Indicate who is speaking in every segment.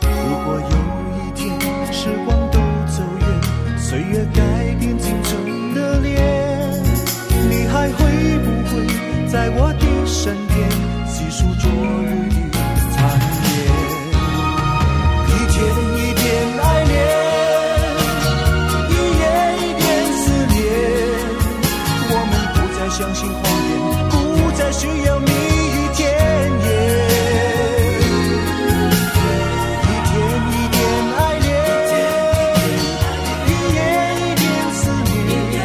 Speaker 1: 如果有一天时光都走远，岁月改变青春的脸，你还会不会在我的身边细数昨日的残烟？一天一点爱恋，一夜一点思念，我们不再相信谎言，不再需要蜜语甜言。一天一点爱恋，一夜一点思念，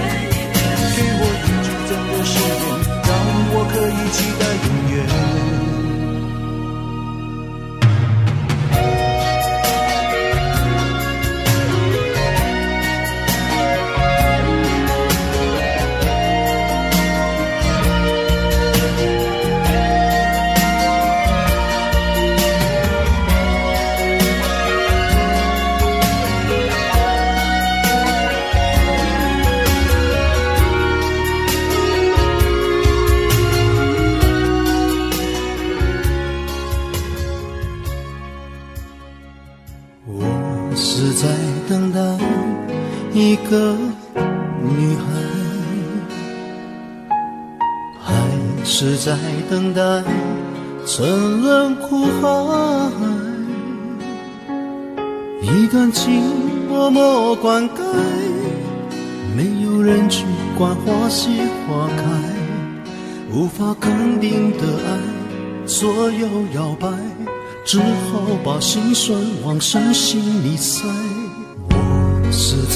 Speaker 1: 给我一句真的誓言，让我可以期待永远。
Speaker 2: 我是在等待一个女孩，还是在等待沉沦苦海？一段情默默灌溉，没有人去管花谢花开，无法肯定的爱，左右摇摆，只好把心酸往深心里塞。我是在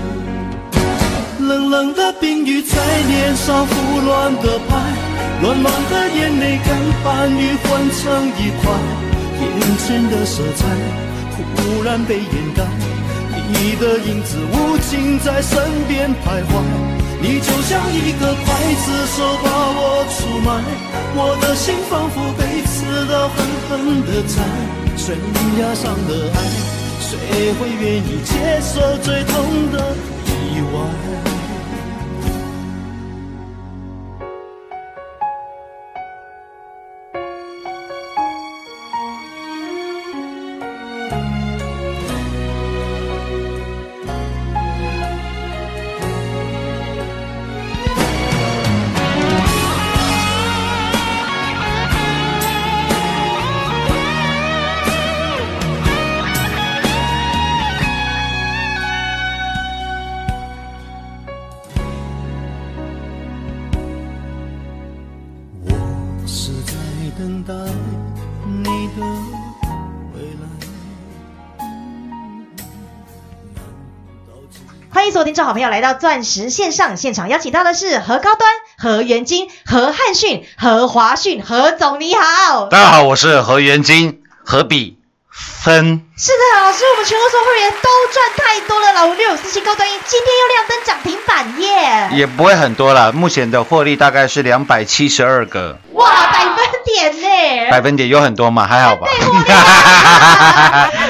Speaker 2: 冷冷的冰雨在脸上胡乱的拍，暖暖的眼泪跟伴雨混成一块，眼前的色彩忽然被掩盖，你的影子无情在身边徘徊，你就像一个刽子手把我出卖，我的心仿佛被刺刀狠狠的宰，悬崖上的爱，谁会愿意接受最痛的意外？我是在等待你的未来。
Speaker 3: 欢迎所有听众好朋友来到钻石线上现场，邀请到的是何高端、何元金、何汉逊、何华逊、何总，你好。
Speaker 4: 大家好，我是何元金，何必分？
Speaker 3: 是的，老师，我们全国所有会员都赚太多了，老吴六四七高端一今天又亮灯涨停板耶！
Speaker 4: 也不会很多啦，目前的获利大概是两百七十二个
Speaker 3: 哇，百分点呢？
Speaker 4: 百分点，有很多啊嘛，还好吧。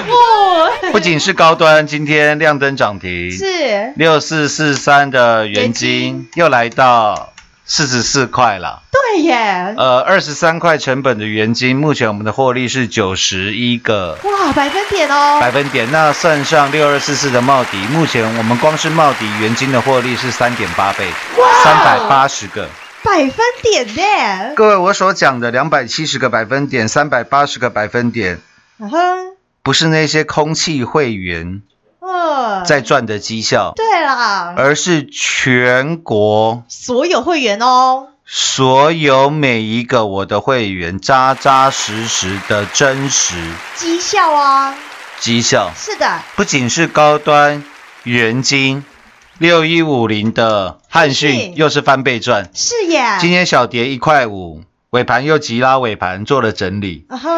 Speaker 3: 哦，
Speaker 4: 不仅是高端，今天亮灯涨停，
Speaker 3: 是
Speaker 4: 六四四三的元金又来到四十四块了。
Speaker 3: 对耶！
Speaker 4: 呃，二十三块成本的元金，目前我们的获利是九十一个
Speaker 3: 哇，百分点哦，
Speaker 4: 百分点。那算上六二四四的茂迪，目前我们光是茂迪元金的获利是三点八倍，三百八十个。
Speaker 3: 百分点呢？
Speaker 4: 各位，我所讲的两百七十个百分点、三百八十个百分点，
Speaker 3: 嗯哼，
Speaker 4: 不是那些空气会员，
Speaker 3: 嗯的，
Speaker 4: 在赚的绩效，
Speaker 3: 对啦，
Speaker 4: 而是全国
Speaker 3: 所有会员哦，
Speaker 4: 所有每一个我的会员扎扎实实的真实
Speaker 3: 绩效啊，
Speaker 4: 绩效，
Speaker 3: 是的，
Speaker 4: 不仅是高端元金六一五零的汉
Speaker 3: 汉
Speaker 4: 讯，
Speaker 3: 讯
Speaker 4: 又是翻倍赚。
Speaker 3: 是耶，
Speaker 4: 今天小跌一块五，尾盘又急拉尾盘做了整理，
Speaker 3: 啊哈，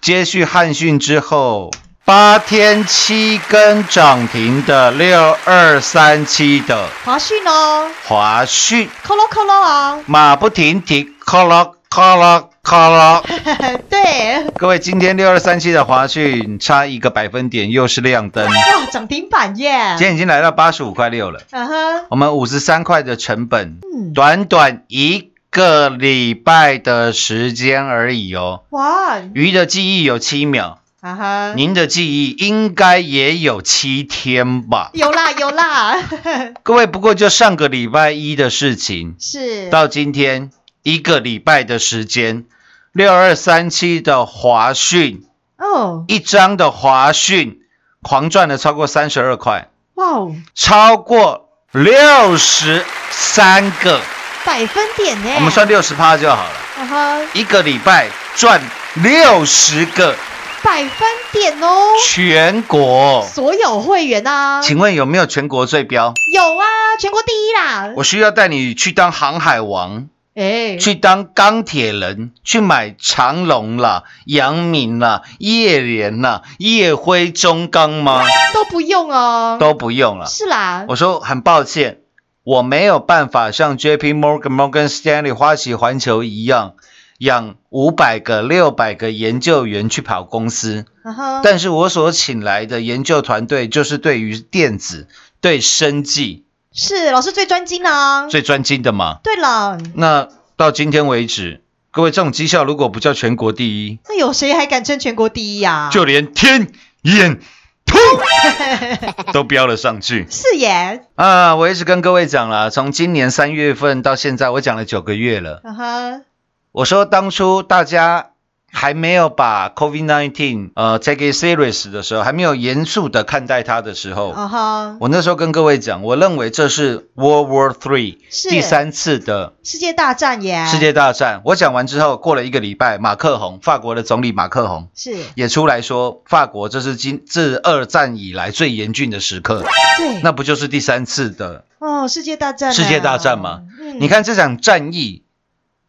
Speaker 4: 接续汉讯之后。八天七根涨停的六二三七的
Speaker 3: 华讯哦，
Speaker 4: 华讯，
Speaker 3: 扣喽扣喽啊，
Speaker 4: 马不停蹄，咔啦咔啦咔啦。
Speaker 3: 对，
Speaker 4: 各位，今天六二三七的华讯差一个百分点，又是亮灯。
Speaker 3: 哇，哎涨停板耶
Speaker 4: 今，天已经来到八十五块六了，
Speaker 3: 啊哈，
Speaker 4: 我们五十三块的成本，
Speaker 3: 嗯，
Speaker 4: 短短一个礼拜的时间而已哦。
Speaker 3: 哇，
Speaker 4: 鱼的记忆有七秒，
Speaker 3: 啊哈，
Speaker 4: 您的记忆应该也有七天吧？
Speaker 3: 有啦有啦，
Speaker 4: 各位，不过就上个礼拜一的事情，
Speaker 3: 是，
Speaker 4: 到今天一个礼拜的时间，六二三七的华讯
Speaker 3: 哦，
Speaker 4: 一张的华讯狂赚了超过三十二块，
Speaker 3: 哇哦，
Speaker 4: 超过六十三个，
Speaker 3: 百分点呢，
Speaker 4: 我们算，六十趴就好了，
Speaker 3: 啊哈，
Speaker 4: 一个礼拜赚六十个，
Speaker 3: 百分点哦，
Speaker 4: 全国，
Speaker 3: 所有会员啊，
Speaker 4: 请问有没有全国最标？
Speaker 3: 有啊，全国第一啦，
Speaker 4: 我需要带你去当航海王，
Speaker 3: 哎，
Speaker 4: 去当钢铁人，去买长隆啦、阳明啦、叶联啦、叶辉、中钢吗？
Speaker 3: 都不用哦，
Speaker 4: 都不用了。
Speaker 3: 是啦，
Speaker 4: 我说很抱歉，我没有办法像 J.P. Morgan、Morgan Stanley、花旗环球一样养五百个、六百个研究员去跑公司，
Speaker 3: 啊哈，
Speaker 4: 但是我所请来的研究团队就是对于电子、对生技
Speaker 3: 是老师最专精啦。
Speaker 4: 最专精的嘛。
Speaker 3: 对了，
Speaker 4: 那到今天为止，各位这种绩效如果不叫全国第一，
Speaker 3: 那有谁还敢称全国第一啊呀、
Speaker 4: 就连天眼通都标了上去。
Speaker 3: 是耶，
Speaker 4: 啊，我一直跟各位讲了，从今年三月份到现在，我讲了九个月了。
Speaker 3: 啊哈，
Speaker 4: 我说当初大家还没有把 COVID-19 呃 take it serious 的时候，还没有严肃的看待它的时候，
Speaker 3: 啊哈，
Speaker 4: 我那时候跟各位讲，我认为这是 World War Three
Speaker 3: 是
Speaker 4: 第三次的
Speaker 3: 世界大战耶，
Speaker 4: 世界大战。我讲完之后，过了一个礼拜，马克宏，法国的总理马克宏。
Speaker 3: 是
Speaker 4: 也出来说，法国这是今自二战以来最严峻的时刻，
Speaker 3: 对，
Speaker 4: 那不就是第三次的
Speaker 3: 哦，世界大战、
Speaker 4: 世界大战嘛，
Speaker 3: 嗯
Speaker 4: 你，看这场战役，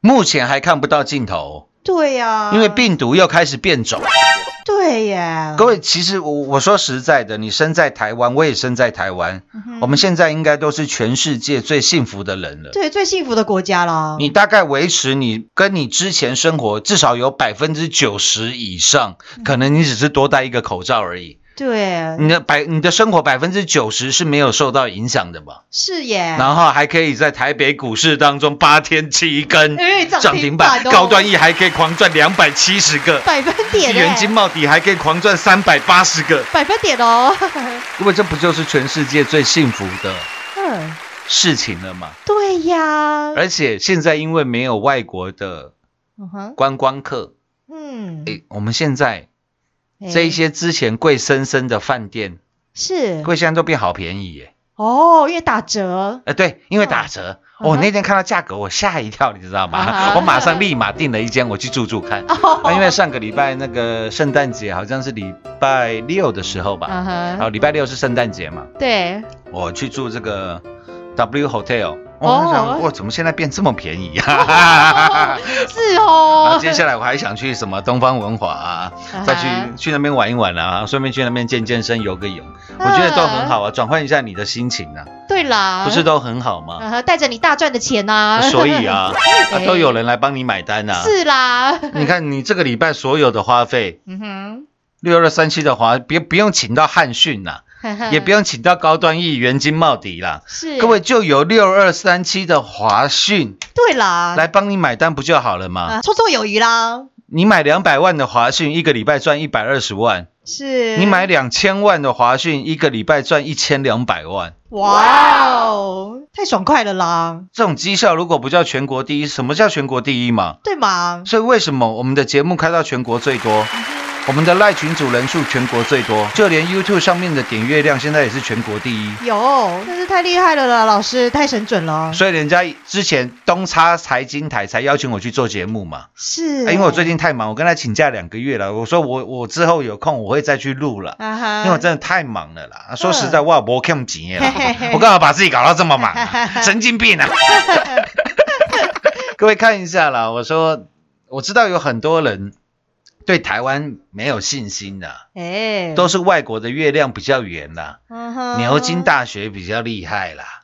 Speaker 4: 目前还看不到尽头，哦
Speaker 3: 对呀、
Speaker 4: 因为病毒又开始变
Speaker 3: 啊
Speaker 4: 种。
Speaker 3: 对耶，
Speaker 4: 各位，其实我我说实在的，你身在台湾，我也身在台湾，
Speaker 3: 嗯哼，
Speaker 4: 我们现在应该都是全世界最幸福的人了。
Speaker 3: 对最幸福的国家了，
Speaker 4: 你大概维持你跟你之前生活至少有百分之九十以上，可能你只是多戴一个口罩而已。
Speaker 3: 对
Speaker 4: 你的百你的生活百分之九十是没有受到影响的吧？
Speaker 3: 是耶，
Speaker 4: 然后还可以在台北股市当中八天七根
Speaker 3: 哎
Speaker 4: 涨
Speaker 3: 涨
Speaker 4: 停
Speaker 3: 停
Speaker 4: 板
Speaker 3: 板，哦
Speaker 4: 高端 E 还可以狂赚两百七十个，
Speaker 3: 百分点
Speaker 4: 元
Speaker 3: 耶，
Speaker 4: 金茂底还可以狂赚三百八十个。
Speaker 3: 百分点哦，
Speaker 4: 因为这不就是全世界最幸福的
Speaker 3: 嗯，
Speaker 4: 事情了吗？
Speaker 3: 对呀，
Speaker 4: 而且现在因为没有外国的
Speaker 3: 嗯哼，
Speaker 4: 观光客，
Speaker 3: 嗯，
Speaker 4: 诶，我们现在哎这一
Speaker 3: 哎
Speaker 4: 些之前贵生生的饭店，
Speaker 3: 是
Speaker 4: 贵现在都变好便宜耶。
Speaker 3: 哦，因为打折，
Speaker 4: 呃，对，因为打折，哦
Speaker 3: 嗯
Speaker 4: 我、那天看到价格，我吓一跳，你知道
Speaker 3: 啊
Speaker 4: 吗？
Speaker 3: 哈 哦
Speaker 4: 我马上立马订了一间，我去住住看。啊因为上个礼拜那个圣诞节好像是礼拜六的时候吧，哦
Speaker 3: 嗯哼
Speaker 4: 好，礼拜六是圣诞节嘛，
Speaker 3: 对，
Speaker 4: 我去住这个 W Hotel，我、
Speaker 3: 哦
Speaker 4: 哦、想哇，怎么现在变这么便 宜 啊？
Speaker 3: 是
Speaker 4: 然后
Speaker 3: 哦，
Speaker 4: 接下来我还想去什么东方文华啊，再去
Speaker 3: 啊哈
Speaker 4: 去那边玩一玩啊，顺便去那边健健身、游个泳，
Speaker 3: 嗯
Speaker 4: 我觉得都很好啊，转换一下你的心情啊，
Speaker 3: 对啦，
Speaker 4: 不是都很好吗？
Speaker 3: 啊哈带着你大赚的钱呐、，
Speaker 4: 所以啊 啊都有人来帮你买单啊。
Speaker 3: 哎是啦，
Speaker 4: 你看你这个礼拜所有的花费，
Speaker 3: 嗯哼
Speaker 4: 六二三七的花，别不用请到汉讯啦，
Speaker 3: 呵呵，
Speaker 4: 也不用请到高端亿元金茂迪啦，
Speaker 3: 嗯是
Speaker 4: 各位就由六二三七的华讯
Speaker 3: 对啦，
Speaker 4: 来帮你买单不就好了吗？
Speaker 3: 啊，绰绰有余啦，
Speaker 4: 你买两百万的华讯，一个礼拜赚一百二十万；
Speaker 3: 是
Speaker 4: 你买两千万的华讯，一个礼拜赚一千两百万。
Speaker 3: 哇哦，太爽快了啦，
Speaker 4: 这种绩效如果不叫全国第一，什么叫全国第一嘛？
Speaker 3: 对嘛？
Speaker 4: 所以为什么我们的节目开到全国最多？我们的赖群组人数全国最多，就连 YouTube 上面的点阅量现在也是全国第一。
Speaker 3: 有，真是太厉害了啦，老师太神准了。
Speaker 4: 所以人家之前东差财经台才邀请我去做节目嘛，
Speaker 3: 是、
Speaker 4: 啊因为我最近太忙，我跟他请假两个月了。我说我我之后有空我会再去录了，
Speaker 3: 啊哈
Speaker 4: 因为我真的太忙了啦。说实在，我也没看钱啦
Speaker 3: 嗯嘿嘿嘿，
Speaker 4: 我干嘛把自己搞到这么忙 啊？神经病啊！ 各位看一下啦，我说我知道有很多人对台湾没有信心的，
Speaker 3: 哎，
Speaker 4: 都是外国的月亮比较圆啦，
Speaker 3: 嗯哼
Speaker 4: 牛津大学比较厉害啦。
Speaker 3: 嗯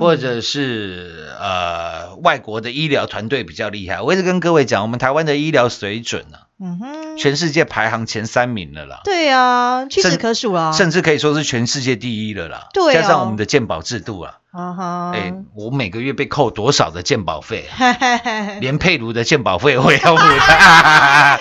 Speaker 4: 或者是呃外国的医疗团队比较厉害。我一直跟各位讲，我们台湾的医疗水准啊，
Speaker 3: 嗯哼，
Speaker 4: 全世界排行前三名了啦，
Speaker 3: 对啊，屈指
Speaker 4: 甚
Speaker 3: 可数啦。
Speaker 4: 甚至可以说是全世界第一了啦。
Speaker 3: 对啊
Speaker 4: 加上我们的健保制度啊，
Speaker 3: 啊哈，
Speaker 4: 哎、我每个月被扣多少的健保费、啊？
Speaker 3: 嘿嘿嘿
Speaker 4: 连佩如的健保费我也要付 的，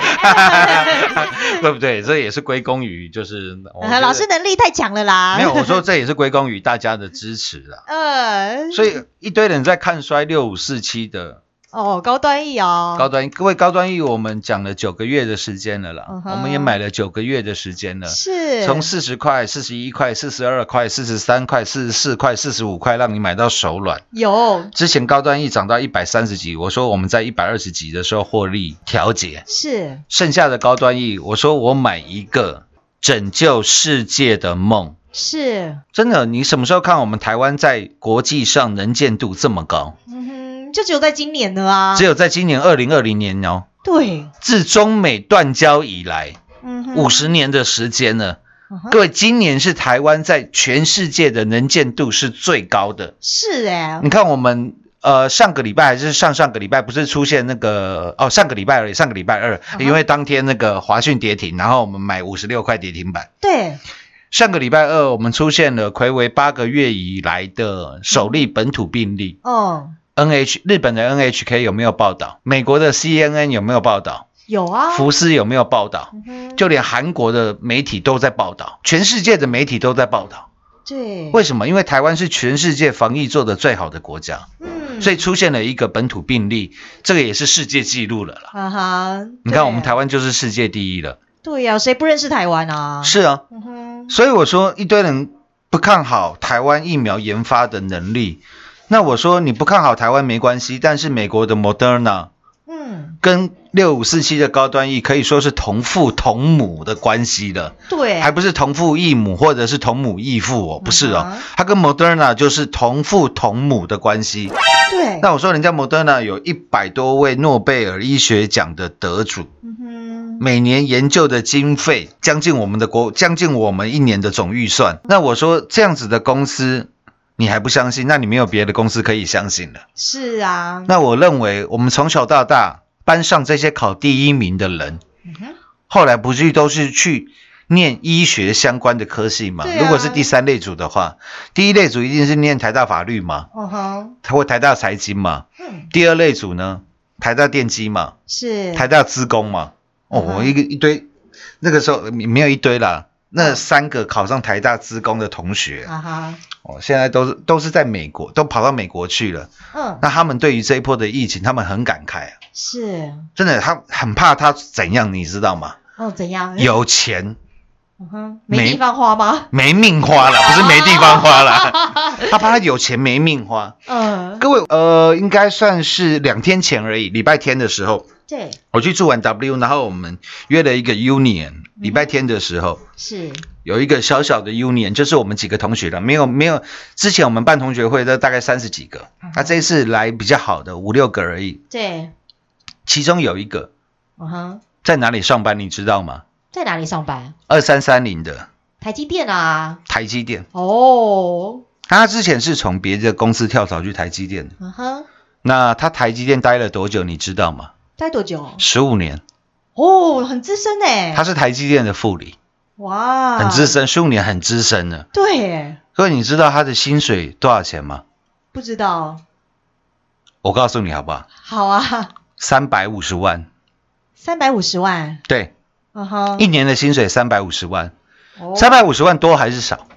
Speaker 4: 对不对？这也是归功于就是我觉
Speaker 3: 啊
Speaker 4: 得
Speaker 3: 老师能力太强了啦。
Speaker 4: 没有，我说这也是归功于大家的支持啦。
Speaker 3: 呃，
Speaker 4: 所以一堆人在看衰六五四七的
Speaker 3: 哦，高端一哦，
Speaker 4: 高端，各位高端 E，我们讲了九个月的时间了啦
Speaker 3: 嗯，
Speaker 4: 我
Speaker 3: 哼
Speaker 4: 们也买了九个月的时间了。
Speaker 3: 是
Speaker 4: 从四十块、四十一块、四十二块、四十三块、四十四块、四十五块，让你买到手软。
Speaker 3: 有
Speaker 4: 之前高端 E 涨到一百三十几，我说我们在一百二十几的时候获利调节，
Speaker 3: 是
Speaker 4: 剩下的高端 E，我说我买一个拯救世界的梦。
Speaker 3: 是，
Speaker 4: 真的，你什么时候看我们台湾在国际上能见度这么高？
Speaker 3: 嗯哼，就只有在今年的啦。
Speaker 4: 只有在今年二零二零年哦，
Speaker 3: 对，
Speaker 4: 自中美断交以来，
Speaker 3: 嗯哼，
Speaker 4: 五十年的时间了。
Speaker 3: 嗯哼
Speaker 4: 各位，今年是台湾在全世界的能见度是最高的。
Speaker 3: 是哎，
Speaker 4: 你看，我们呃上个礼拜还是上上个礼拜，不是出现那个哦上个礼拜而已，上个礼拜
Speaker 3: 嗯
Speaker 4: 二，因为当天那个华讯跌停，然后我们买五十六块跌停板。
Speaker 3: 对，
Speaker 4: 上个礼拜二，我们出现了魁违八个月以来的首例本土病例。
Speaker 3: 哦，
Speaker 4: NH 日本的 NHK 有没有报道？美国的 CNN 有没有报道？
Speaker 3: 有啊，
Speaker 4: 福斯有没有报道？
Speaker 3: 嗯哼
Speaker 4: 就连韩国的媒体都在报道，全世界的媒体都在报道。
Speaker 3: 对，
Speaker 4: 为什么？因为台湾是全世界防疫做得最好的国家，
Speaker 3: 嗯，
Speaker 4: 所
Speaker 3: 以
Speaker 4: 以出现了一个本土病例，这个也是世界纪录了啦。
Speaker 3: 啊哈，
Speaker 4: 你
Speaker 3: 对
Speaker 4: 看，我们台湾就是世界第一了。
Speaker 3: 对呀，谁不认识台湾啊？，
Speaker 4: 是啊，
Speaker 3: 嗯哼，
Speaker 4: 所以我说一堆人不看好台湾疫苗研发的能力。那我说你不看好台湾没关系，但是美国的 Moderna
Speaker 3: 嗯，
Speaker 4: 跟六五四七的高端 E 疫可以说是同父同母的关系了。
Speaker 3: 对，
Speaker 4: 还不是同父异母或者是同母异父哦，不是哦
Speaker 3: 嗯哼，
Speaker 4: 它跟 Moderna 就是同父同母的关系。
Speaker 3: 对，
Speaker 4: 那我说人家 Moderna 有一百多位诺贝尔医学奖的得主，
Speaker 3: 嗯哼，
Speaker 4: 每年研究的经费将近我们的国，将近我们一年的总预算。那我说这样子的公司。你还不相信？那你没有别的公司可以相信了。
Speaker 3: 是啊，
Speaker 4: 那我认为，我们从小到大班上这些考第一名的人，
Speaker 3: 嗯哼
Speaker 4: 后来不是都是去念医学相关的科系嘛？
Speaker 3: 对啊
Speaker 4: 如果是第三类组的话，第一类组一定是念台大法律嘛，
Speaker 3: 嗯哼，
Speaker 4: 或台大财经嘛。
Speaker 3: 嗯，
Speaker 4: 第二类组呢，台大电机嘛，
Speaker 3: 是，
Speaker 4: 台大资工嘛。哦，
Speaker 3: 嗯哼
Speaker 4: 我一个一堆，那个时候没有一堆啦。那三个考上台大资工的同学，
Speaker 3: 啊哈，
Speaker 4: 哦，现在都是都是在美国，都跑到美国去了。
Speaker 3: 嗯，
Speaker 4: 那他们对于这一波的疫情，他们很感慨、啊，
Speaker 3: 是，
Speaker 4: 真的，他很怕他怎样，你知道吗？
Speaker 3: 哦，怎样？，
Speaker 4: 有钱
Speaker 3: 嗯哼，
Speaker 4: 没
Speaker 3: 没地方花吗？
Speaker 4: 没命花了，不是没地方花了，他怕他有钱没命花。
Speaker 3: 嗯，
Speaker 4: 各位，呃，应该算是两天前而已，礼拜天的时候，
Speaker 3: 对，
Speaker 4: 我去住完 W，然后我们约了一个 Union，礼拜天的时候。
Speaker 3: 是，
Speaker 4: 有一个小小的 union，就是我们几个同学了，没有没有，之前我们办同学会的大概三十几个，那、这一次来比较好的五六个而已，
Speaker 3: 对，
Speaker 4: 其中有一个
Speaker 3: 嗯哼，
Speaker 4: 在哪里上班，你知道吗？
Speaker 3: 在哪里上班？
Speaker 4: 二三三零的
Speaker 3: 台积电啊，
Speaker 4: 台积电，
Speaker 3: 哦，
Speaker 4: 他之前是从别的公司跳槽去台积电的，
Speaker 3: 嗯哼，
Speaker 4: 那他台积电待了多久，你知道吗？
Speaker 3: 待多久？
Speaker 4: 十五年，
Speaker 3: 哦，很资深哎，啊
Speaker 4: 他是台积电的副理，
Speaker 3: 哇，
Speaker 4: 很资，深，十五年很资深了。
Speaker 3: 对耶，
Speaker 4: 各位，你知道他的薪水多少钱吗？
Speaker 3: 不知道，
Speaker 4: 我告诉你好不好？
Speaker 3: 好啊，
Speaker 4: 三百五十万，
Speaker 3: 三百五十万，
Speaker 4: 对，
Speaker 3: 嗯哼，
Speaker 4: 一年的薪水三百五十万，
Speaker 3: 哦
Speaker 4: 三，百五十万多还是少？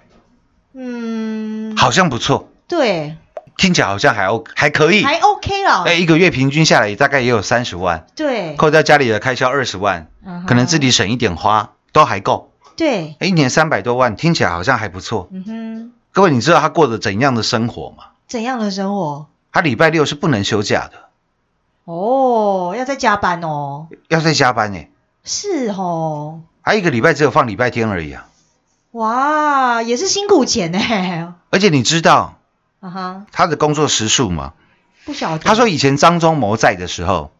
Speaker 3: 嗯，
Speaker 4: 好像不错，
Speaker 3: 对，
Speaker 4: 听起来好像还 O 还可以，
Speaker 3: 还 OK OK 了。
Speaker 4: 哎，一个月平均下来大概也有三十万，
Speaker 3: 对，
Speaker 4: 扣掉家里的开销二十万，
Speaker 3: 哎嗯哼
Speaker 4: 可能自己省一点花都还够。
Speaker 3: 对，
Speaker 4: 哎一年三百多万，听起来好像还不错。
Speaker 3: 嗯哼，
Speaker 4: 各位，你知道他过着怎样的生活吗？
Speaker 3: 怎样的生活？
Speaker 4: 他礼拜六是不能休假的，
Speaker 3: 哦，要在加班哦，
Speaker 4: 要在加班呢。欸
Speaker 3: 是哦，
Speaker 4: 他一个礼拜只有放礼拜天而已啊。
Speaker 3: 哇，也是辛苦钱哎，
Speaker 4: 而且你知道
Speaker 3: 啊哈，
Speaker 4: 他的工作时数吗？
Speaker 3: 不晓得。
Speaker 4: 他说以前张忠谋在的时候，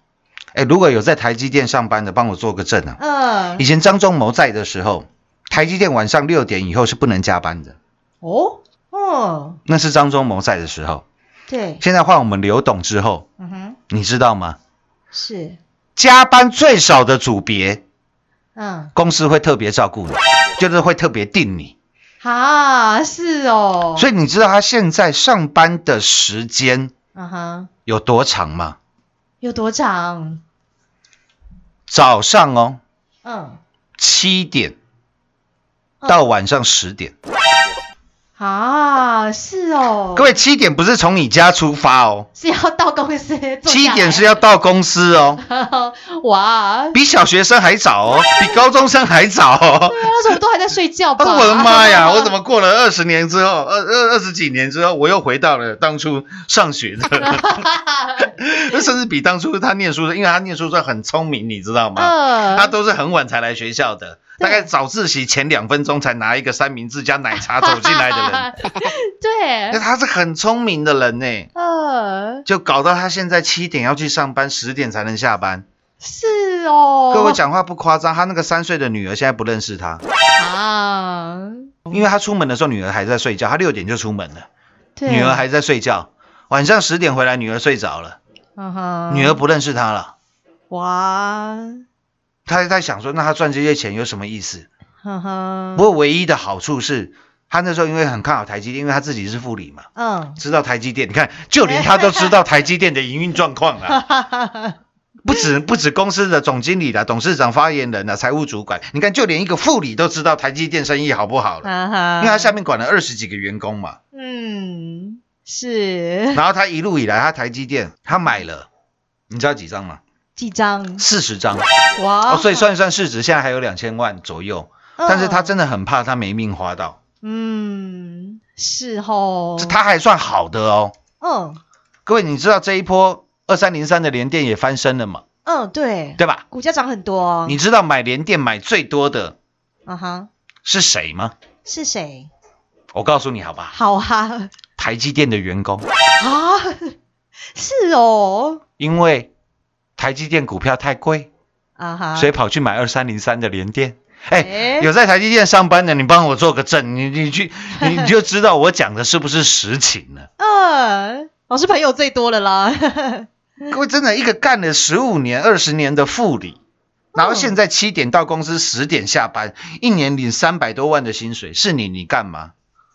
Speaker 4: 哎，如果有在台积电上班的，帮我做个证啊。
Speaker 3: 嗯
Speaker 4: 以，前张忠谋在的时候，台积电晚上六点以后是不能加班的，
Speaker 3: 哦，嗯，
Speaker 4: 那是张忠谋在的时候。
Speaker 3: 对，
Speaker 4: 现在换我们刘董之后，
Speaker 3: 嗯哼，
Speaker 4: 你知道吗？
Speaker 3: 是，
Speaker 4: 加班最少的组别，
Speaker 3: 嗯，
Speaker 4: 公司会特别照顾你，就是会特别定你。
Speaker 3: 哈，是哦，
Speaker 4: 所以你知道他现在上班的时间
Speaker 3: 啊哈，
Speaker 4: 有多长吗？
Speaker 3: 有多长？
Speaker 4: 早上哦，
Speaker 3: 嗯，
Speaker 4: 七点
Speaker 3: 嗯
Speaker 4: 到晚上十点。
Speaker 3: 啊，是哦，
Speaker 4: 各位，七点不是从你家出发哦，
Speaker 3: 是要到公司坐
Speaker 4: 七
Speaker 3: 下来
Speaker 4: 点是要到公司 哦，
Speaker 3: 哇，
Speaker 4: 比小学生还早哦，比高中生还早哦。
Speaker 3: 啊那时候我都还在睡觉吧？
Speaker 4: 我的妈呀！我怎么过了二十年之后，二二二十几年之后，我又回到了当初上 学的，甚至比当初他念书的，因为他念书的时候很聪明，你知道 吗？
Speaker 3: 嗯，
Speaker 4: 他都是很晚才来学校的，
Speaker 3: 对
Speaker 4: 大概早自习前两分钟才拿一个三明治加奶茶走进来的人。那
Speaker 3: 对，
Speaker 4: 他是很聪明的人呢，
Speaker 3: 呃，
Speaker 4: 就搞到他现在七点要去上班，十点才能下班。
Speaker 3: 是哦，
Speaker 4: 各位讲话不夸张，他那个三岁的女儿现在不认识他，
Speaker 3: 啊，
Speaker 4: 因为他出门的时候女儿还在睡觉，他六点就出门了，
Speaker 3: 对，
Speaker 4: 女儿还在睡觉，晚上十点回来，女儿睡着了，
Speaker 3: 嗯哼，
Speaker 4: 女儿不认识他了。
Speaker 3: 哇，
Speaker 4: 他在想说，那他赚这些钱有什么意思？
Speaker 3: 哼
Speaker 4: 不
Speaker 3: 哼，
Speaker 4: 过唯一的好处是，他那时候因为很看好台积电，因为他自己是副理嘛，
Speaker 3: 嗯，
Speaker 4: 知道台积电，你看，就连他都知道台积电的营运状况了。不止不止公司的总经理啦、董事长、发言人啦、财务主管，你看，就连一个副理都知道台积电生意好不好
Speaker 3: 哈
Speaker 4: 了，
Speaker 3: 哈，
Speaker 4: 因为他下面管了二十几个员工嘛。
Speaker 3: 嗯是
Speaker 4: 然后他一路以来，他台积电他买了，你知道几张吗？
Speaker 3: 几张
Speaker 4: 四十张
Speaker 3: 哇、
Speaker 4: 哦，所以算一算市值，现在还有两千万左右。
Speaker 3: 嗯，
Speaker 4: 但是他真的很怕他没命花到，
Speaker 3: 嗯是吼，
Speaker 4: 这他还算好的哦。
Speaker 3: 嗯
Speaker 4: 各位，你知道这一波二三零三的联电也翻身了嘛？
Speaker 3: 嗯对，
Speaker 4: 对吧？
Speaker 3: 股价涨很多，
Speaker 4: 你知道买联电买最多的
Speaker 3: 啊哈
Speaker 4: 是谁吗？
Speaker 3: 是谁？
Speaker 4: 我告诉你好吧，
Speaker 3: 好啊
Speaker 4: 台积电的员工，
Speaker 3: 啊是哦
Speaker 4: 因为台积电股票太贵，
Speaker 3: 啊哈，
Speaker 4: 所以跑去买二三零三的联电。哎、
Speaker 3: 哎
Speaker 4: 有在台积电上班的，你帮我做个证，你你去，你 你就知道我讲的是不是实情了。
Speaker 3: 嗯，老师朋友最多了啦，嗯
Speaker 4: 各位真的，一个干了十五年、二十年的副理，然后现在七点到公司，十点下班，一年领三百多万的薪水，是你，你干嘛？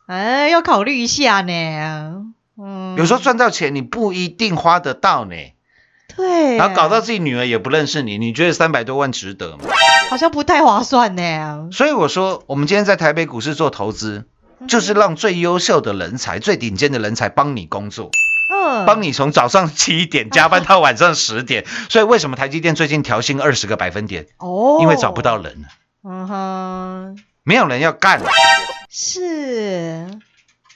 Speaker 3: 哎，要考虑一下呢。嗯，
Speaker 4: 有时候赚到钱，你不一定花得到呢。
Speaker 3: 对，啊
Speaker 4: 然后搞到自己女儿也不认识你，你觉得三百多万值得吗？
Speaker 3: 好像不太划算呢。
Speaker 4: 所以我说，我们今天在台北股市做投资，就是让最优秀的人才、最顶尖的人才帮你工作，
Speaker 3: 嗯，
Speaker 4: 帮你从早上七点加班到晚上十点。所以为什么台积电最近调薪二十个百分点？
Speaker 3: 哦，
Speaker 4: 因为找不，到人了，
Speaker 3: 嗯哼，
Speaker 4: 没有人要干了。
Speaker 3: 是，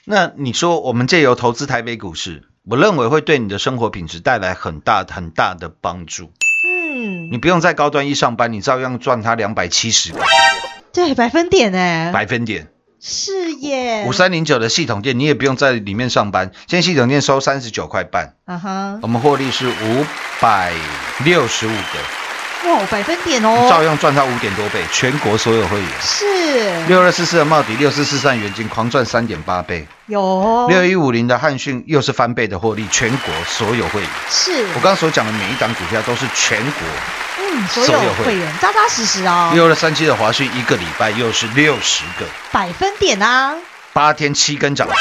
Speaker 4: 那你说，我们借由投资台北股市，我认为会对你的生活品质带来很大很大的帮助。
Speaker 3: 嗯，
Speaker 4: 你不用在高端一上班，你照样赚它两百七十个
Speaker 3: 对，百分点呢，
Speaker 4: 百分点。
Speaker 3: 是耶，
Speaker 4: 五，三零九的系统店，你也不用在里面上班。现在系统店收三十九块半，
Speaker 3: 啊哈，
Speaker 4: 我们获利是五百六十五个，
Speaker 3: 哇，百分点
Speaker 4: 照
Speaker 3: 哦，
Speaker 4: 样赚到五点多倍，全国所有会员。
Speaker 3: 是，
Speaker 4: 六二四四的茂迪，六四四三元金狂赚三点八倍，
Speaker 3: 有，
Speaker 4: 六一五零的汉讯又是翻倍的获利，全国所有会员。
Speaker 3: 是，
Speaker 4: 我刚刚所讲的每一档股票都是全国。
Speaker 3: 嗯，所
Speaker 4: 所
Speaker 3: 有
Speaker 4: 有会
Speaker 3: 会员扎扎实实啊，
Speaker 4: 六二三七的华讯一个礼拜又是六十个，
Speaker 3: 百分点啊，
Speaker 4: 八天七根涨停，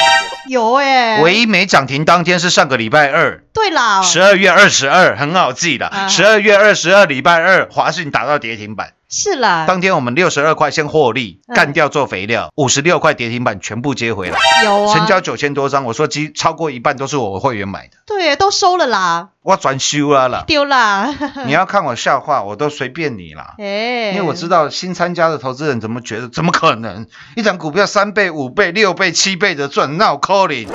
Speaker 3: 有哎，
Speaker 4: 唯一没涨停当天是上个礼拜二。
Speaker 3: 对啦，
Speaker 4: 十二月二十二很好记的
Speaker 3: 啊，
Speaker 4: 十二月二十二礼拜二，华讯打到跌停板，
Speaker 3: 是啦，
Speaker 4: 当天我们六十二块先获利，
Speaker 3: 嗯
Speaker 4: 干掉做肥料，五十六块跌停板全部接回来，
Speaker 3: 有啊，
Speaker 4: 成交九千多张。我说几超过一半都是我会员买的，
Speaker 3: 对，都收了啦，。
Speaker 4: 我转修啊啦
Speaker 3: 丢啦。
Speaker 4: 你要看我笑话，我都随便你啦。
Speaker 3: 哎
Speaker 4: 嗯因为我知
Speaker 3: 道，
Speaker 4: 道新参加的投资人怎么觉得，怎么可能一档股票三倍、五倍、六倍、七倍的赚，那我 calling，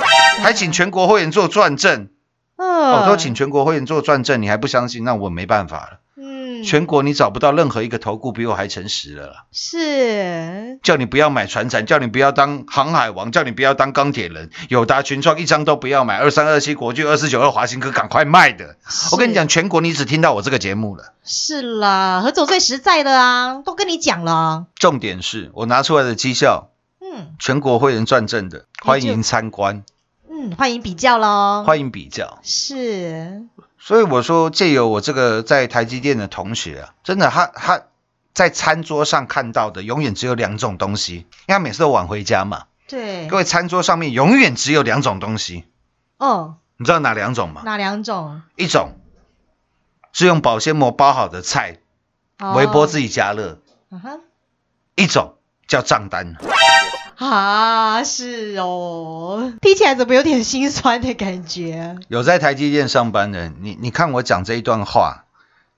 Speaker 4: 还请全国会员做转正，
Speaker 3: 嗯
Speaker 4: 我、哦都请全国会员做转正，你还不相信，那我没办法了。
Speaker 3: 嗯，
Speaker 4: 全国你找不到任何一个投顾比我还诚实的了啦，
Speaker 3: 是
Speaker 4: 叫你不要买船产，叫你不要当航海王，叫你不要当钢铁人，友达群创一张都不要买，二三二七国巨、二四九二华新科赶快卖的。我跟你讲，全国你只听到我这个节目了。
Speaker 3: 是啦，何总最实在的啊，都跟你讲了，
Speaker 4: 重点是我拿出来的绩效，
Speaker 3: 嗯
Speaker 4: 全国会员转正的，欢迎参观，
Speaker 3: 嗯，欢迎比较喽，
Speaker 4: 欢迎比较。
Speaker 3: 是
Speaker 4: 所以我说，借由我这个在台积电的同学啊，真的他他在餐桌上看到的，永远只有两种东西，因为他每次都晚回家嘛。
Speaker 3: 对
Speaker 4: 各，位，餐桌上面永远只有两种东西，
Speaker 3: 哦，
Speaker 4: 你知道哪两种吗？
Speaker 3: 哪两种？
Speaker 4: 一种是用保鲜膜包好的菜，微波自
Speaker 3: 己
Speaker 4: 己加热；
Speaker 3: 哦啊哈
Speaker 4: 一种叫账单。
Speaker 3: 啊，是哦，听起来怎么有点心酸的感觉？
Speaker 4: 有在台积电上班的，你你看我讲这一段话，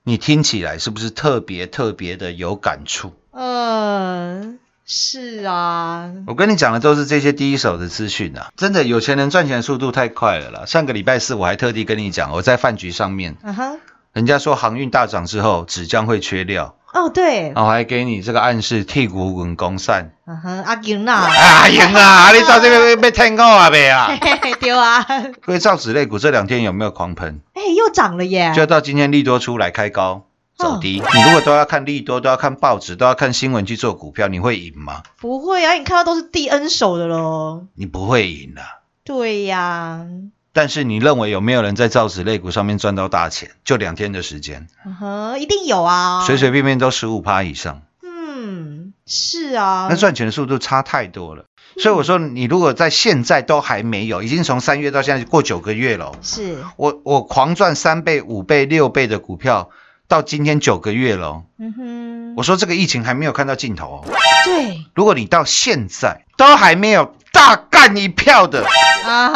Speaker 4: 你听起来是不是特别特别的有感触？
Speaker 3: 嗯，是啊，
Speaker 4: 我跟你讲的都是这些第一手的资讯啊！真的，有钱人赚钱的速度太快了啦。上个礼拜四我还特地跟你讲，我在饭局上面，
Speaker 3: 啊哈，
Speaker 4: 人家说航运大涨之后纸浆会缺料，
Speaker 3: 哦对，
Speaker 4: 然后还给你这个暗示，剔骨滚弓散。
Speaker 3: 啊哈，阿金 呐，
Speaker 4: 哎呀啊，你到这边被被听我啊呗啊！
Speaker 3: 嘿嘿丢啊，哎
Speaker 4: 各位造纸类股这两天有没有狂喷？
Speaker 3: 又涨了耶，
Speaker 4: 就到今天利多出来开高走低，你如果都要看利多，都要看报纸，都要看新闻去做股票，你会赢吗？
Speaker 3: 不会啊，你看到都是第 N 手的喽。
Speaker 4: 你不会赢的、
Speaker 3: 对呀、
Speaker 4: 但是你认为有没有人在造纸类股上面赚到大钱？就两天的时间，
Speaker 3: 嗯哼，一定有啊。
Speaker 4: 随随便便都十五趴以上，
Speaker 3: 嗯，是啊。
Speaker 4: 那赚钱的速度差太多了。所以我说，你如果在现在都还没有，已经从三月到现在过九个月了，
Speaker 3: 是，
Speaker 4: 我我狂赚三倍、五倍、六倍的股票，到今天九个月了。
Speaker 3: 嗯哼，
Speaker 4: 我说这个疫情还没有看到尽头、哦。
Speaker 3: 对
Speaker 4: 如果你到现在都还没有大干一票的
Speaker 3: 啊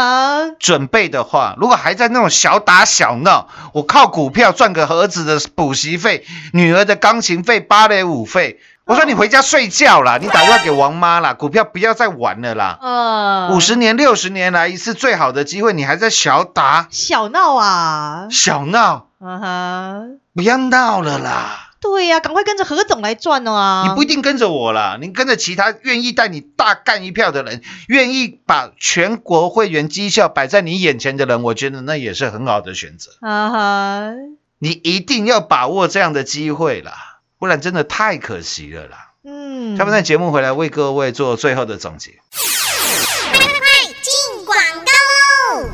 Speaker 3: 哈，
Speaker 4: 准备的话，如果还在那种小打小闹，我靠股票赚个儿子的补习费、女儿的钢琴费、芭蕾舞费，我说你回家睡觉啦，你打电话给王妈啦，股票不要再玩了啦。
Speaker 3: 呃，
Speaker 4: 五十年、六十年来一次最好的机会，你还在小打
Speaker 3: 小闹啊，
Speaker 4: 小闹，
Speaker 3: 啊哈，
Speaker 4: 不要闹了啦！
Speaker 3: 对呀、赶快跟着何总来赚哦啊。
Speaker 4: 你不一定跟着我啦，你跟着其他愿意带你大干一票的人，愿意把全国会员绩效摆在你眼前的人，我觉得那也是很好的选择。
Speaker 3: 啊哈，
Speaker 4: 你一定要把握这样的机会啦，不然真的太可惜了啦。
Speaker 3: 嗯，
Speaker 4: 他们在节目回来为各位做最后的总结。
Speaker 5: 进广告喽！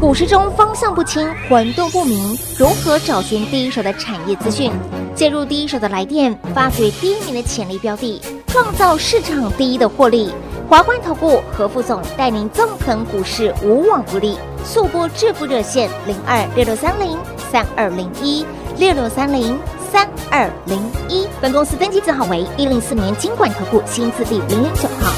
Speaker 5: 股市中方向不清、混沌不明，如何找寻第一手的产业资讯？介入第一手的来电，发掘第一名的潜力标的，创造市场第一的获利。华冠投顾何副总带领纵横股市，无往不利。速播致富热线零二六六三零三二零一六六三零三二零一。本公司登记字号为一零四年经管投顾新字第零零九号。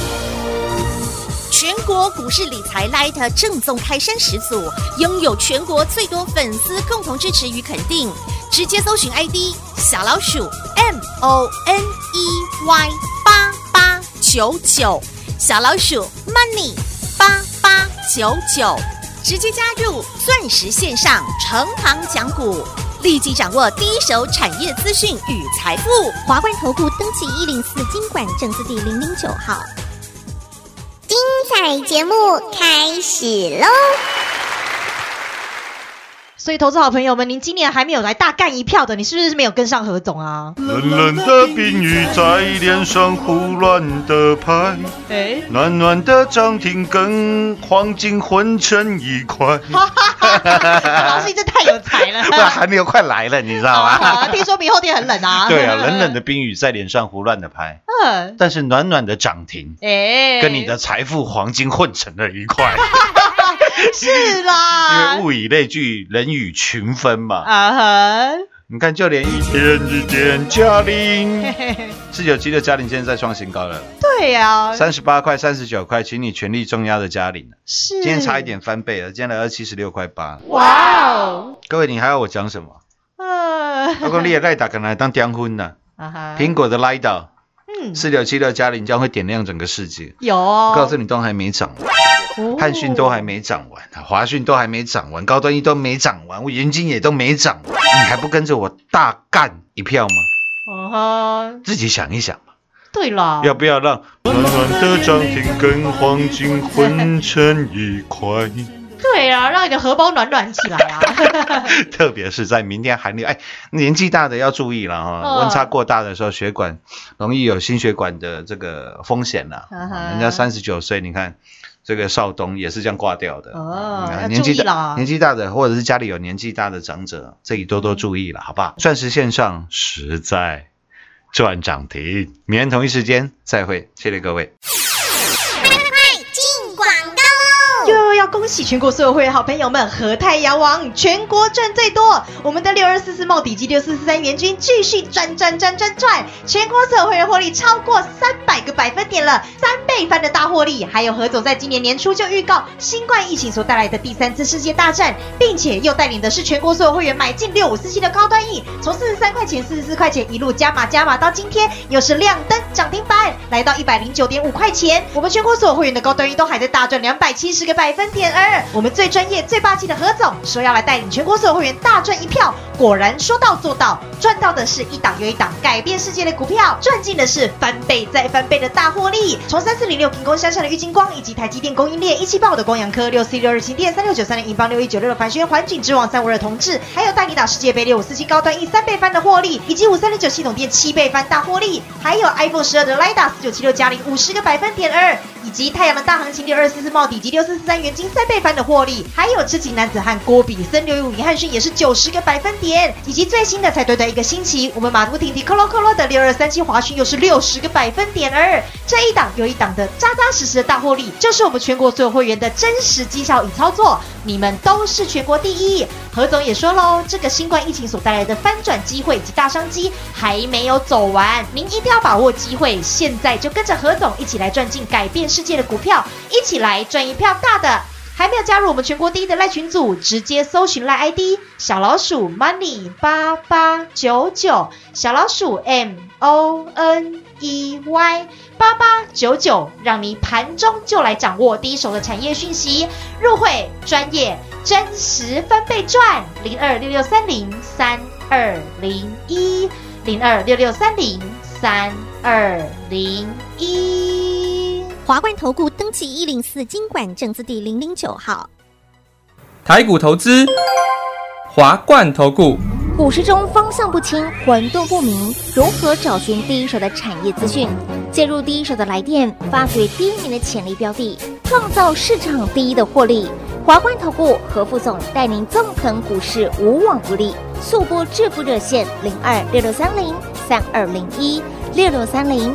Speaker 5: 全国股市理财 Light 正宗开山始祖，拥有全国最多粉丝共同支持与肯定。直接搜寻 ID 小老鼠 M O N E Y 八八九九，小老鼠 Money 八八九九，直接加入钻石线上成堂讲股。立即掌握第一手产业资讯与财富。华冠投顾登记一零四经管证字第零零九号。
Speaker 6: 彩节目开始喽！
Speaker 3: 所以投资好朋友们，您今年还没有来大干一票的，你是不是没有跟上何总啊？
Speaker 4: 冷冷的冰雨在脸上胡乱的拍，
Speaker 3: 哎，
Speaker 4: 暖暖的涨停跟黄金混成一 块。
Speaker 3: 老师，你这太有才了。
Speaker 4: 不然啊还没有快来了，你知道
Speaker 3: 啊
Speaker 4: 吗？
Speaker 3: 听说明后天很冷啊。
Speaker 4: 对啊，冷冷的。冰雨在脸上胡乱的拍，
Speaker 3: 嗯，
Speaker 4: 但是暖暖的涨停
Speaker 3: 哎，
Speaker 4: 跟你的财富黄金混成了 一块，
Speaker 3: 是
Speaker 4: 因
Speaker 3: 啦，
Speaker 4: 为物以类聚，人以群分嘛。
Speaker 3: 啊哈，
Speaker 4: 你看，就连一天一天嘉玲
Speaker 3: 嘿嘿嘿
Speaker 4: 四九七的嘉玲现在在创新高了，
Speaker 3: 对呀、
Speaker 4: 三十八块、三十九块，请你全力重压的嘉玲，
Speaker 3: 是。
Speaker 4: 今天差一。点翻倍啊了，今天来到七十六块八。
Speaker 3: 哇哦，
Speaker 4: 各位，你还要我讲什 么？
Speaker 3: 呃，
Speaker 4: 阿公你也赖打，可能来当订婚呢。
Speaker 3: 啊哈
Speaker 4: 苹果的 l i d a
Speaker 3: 嗯
Speaker 4: 四六七的嘉玲将会点亮整个世界。
Speaker 3: 有哦，
Speaker 4: 告诉你，都还没涨完，
Speaker 3: 哦
Speaker 4: 汉讯都还没涨完，华讯都还没涨完，高端一都没涨完，我元金也都没涨完，你还不跟着我大干一票吗？
Speaker 3: 嗯哼，
Speaker 4: 自己想一想嘛，
Speaker 3: 对了，
Speaker 4: 要不要让
Speaker 2: 暖暖的涨停跟黄金混
Speaker 4: 成一块？
Speaker 3: 对啊，让你的荷包暖暖起来啊！
Speaker 4: 特别是在明天寒流，哎，年纪大的要注意了哈、
Speaker 3: 嗯
Speaker 4: 温差过大的时候，血管容易有心血管的这个风险啦。
Speaker 3: 嗯哼
Speaker 4: 人家三十九岁，你看这个少东也是这样挂掉的。
Speaker 3: 哦
Speaker 4: 嗯
Speaker 3: 要
Speaker 4: 年纪
Speaker 3: 注意啦
Speaker 4: 大年纪大的，或者是家里有年纪大的长者，这里多多注意了，好不好？钻石线上实在赚涨停，明天同一时间再会，谢谢各位。
Speaker 6: 进广告喽！
Speaker 3: 又要恭喜全国所有会员好朋友们，和泰阳王全国赚最多，我们的六二四四茂底及六四四三元均继续赚赚赚赚赚，全国所有会员获利超过三百个百分点了，三倍翻的大获利。还有何总在今年年初就预告新冠疫情所带来的第三次世界大战，并且又带领的是全国所有会员买进六五四七的高端 E，从四十三块钱、四十四块钱一路加码加码到今天又是亮灯涨停板，来到一百零九点五块钱，我们全国所有会员的高端 E 都还在大赚两百七十个百分点二。我们最专业、最霸气的何总说要来带领全国所有会员大赚一票，果然说到做到，赚到的是一档又一档改变世界的股票，赚进的是翻倍再翻倍的大获利。从三四零六平工山上的郁金光，以及台积电供应链一七八五的光阳科，六四六二新店三六九三零银邦六一九六的凡轩环景之王三五二同志，还有大理岛世界杯六五四七高端 E 三倍翻的获利，以及五三零九系统店七倍翻大获利，还有 iPhone 十二的 Lida 四九七六加零五十个百分点二，以及太阳的大行情六二四四帽底及六四四三元金三倍翻的获利，还有痴情男子汉郭比森刘一五林汉逊也是九十个百分点，以及最新的才短短一个星期，我们马不停蹄 Colo Colo 的六二三七华讯又是六十个百分点二，这一档又一档的扎扎实实的大获利，就是我们全国所有会员的真实绩效与操作，你们都是全国第一。何总也说喽，这个新冠疫情所带来的翻转机会以及大商机还没有走完，您一定要把握机会，现在就跟着何总一起来赚进改变世界的股票，一起来赚一票大的。还没有加入我们全国第一的赖群组，直接搜寻赖 ID 小老鼠 money 八八九九，小老鼠 m o n e y 八八九九，让你盘中就来掌握第一手的产业讯息，入会专业，真实翻倍赚，零二六六三零三二零一，零二六六三零三二零一。
Speaker 6: 华冠投顾登记一零四经管证字第零零九号。
Speaker 7: 台股投资，华冠投顾，
Speaker 5: 股市中方向不清、混沌不明，如何找寻第一手的产业资讯？介入第一手的来电，发掘第一名的潜力标的，创造市场第一的获利。华冠投顾何副总带领纵横股市，无往不利。速播致富热线零二六六三零三二零一六六三零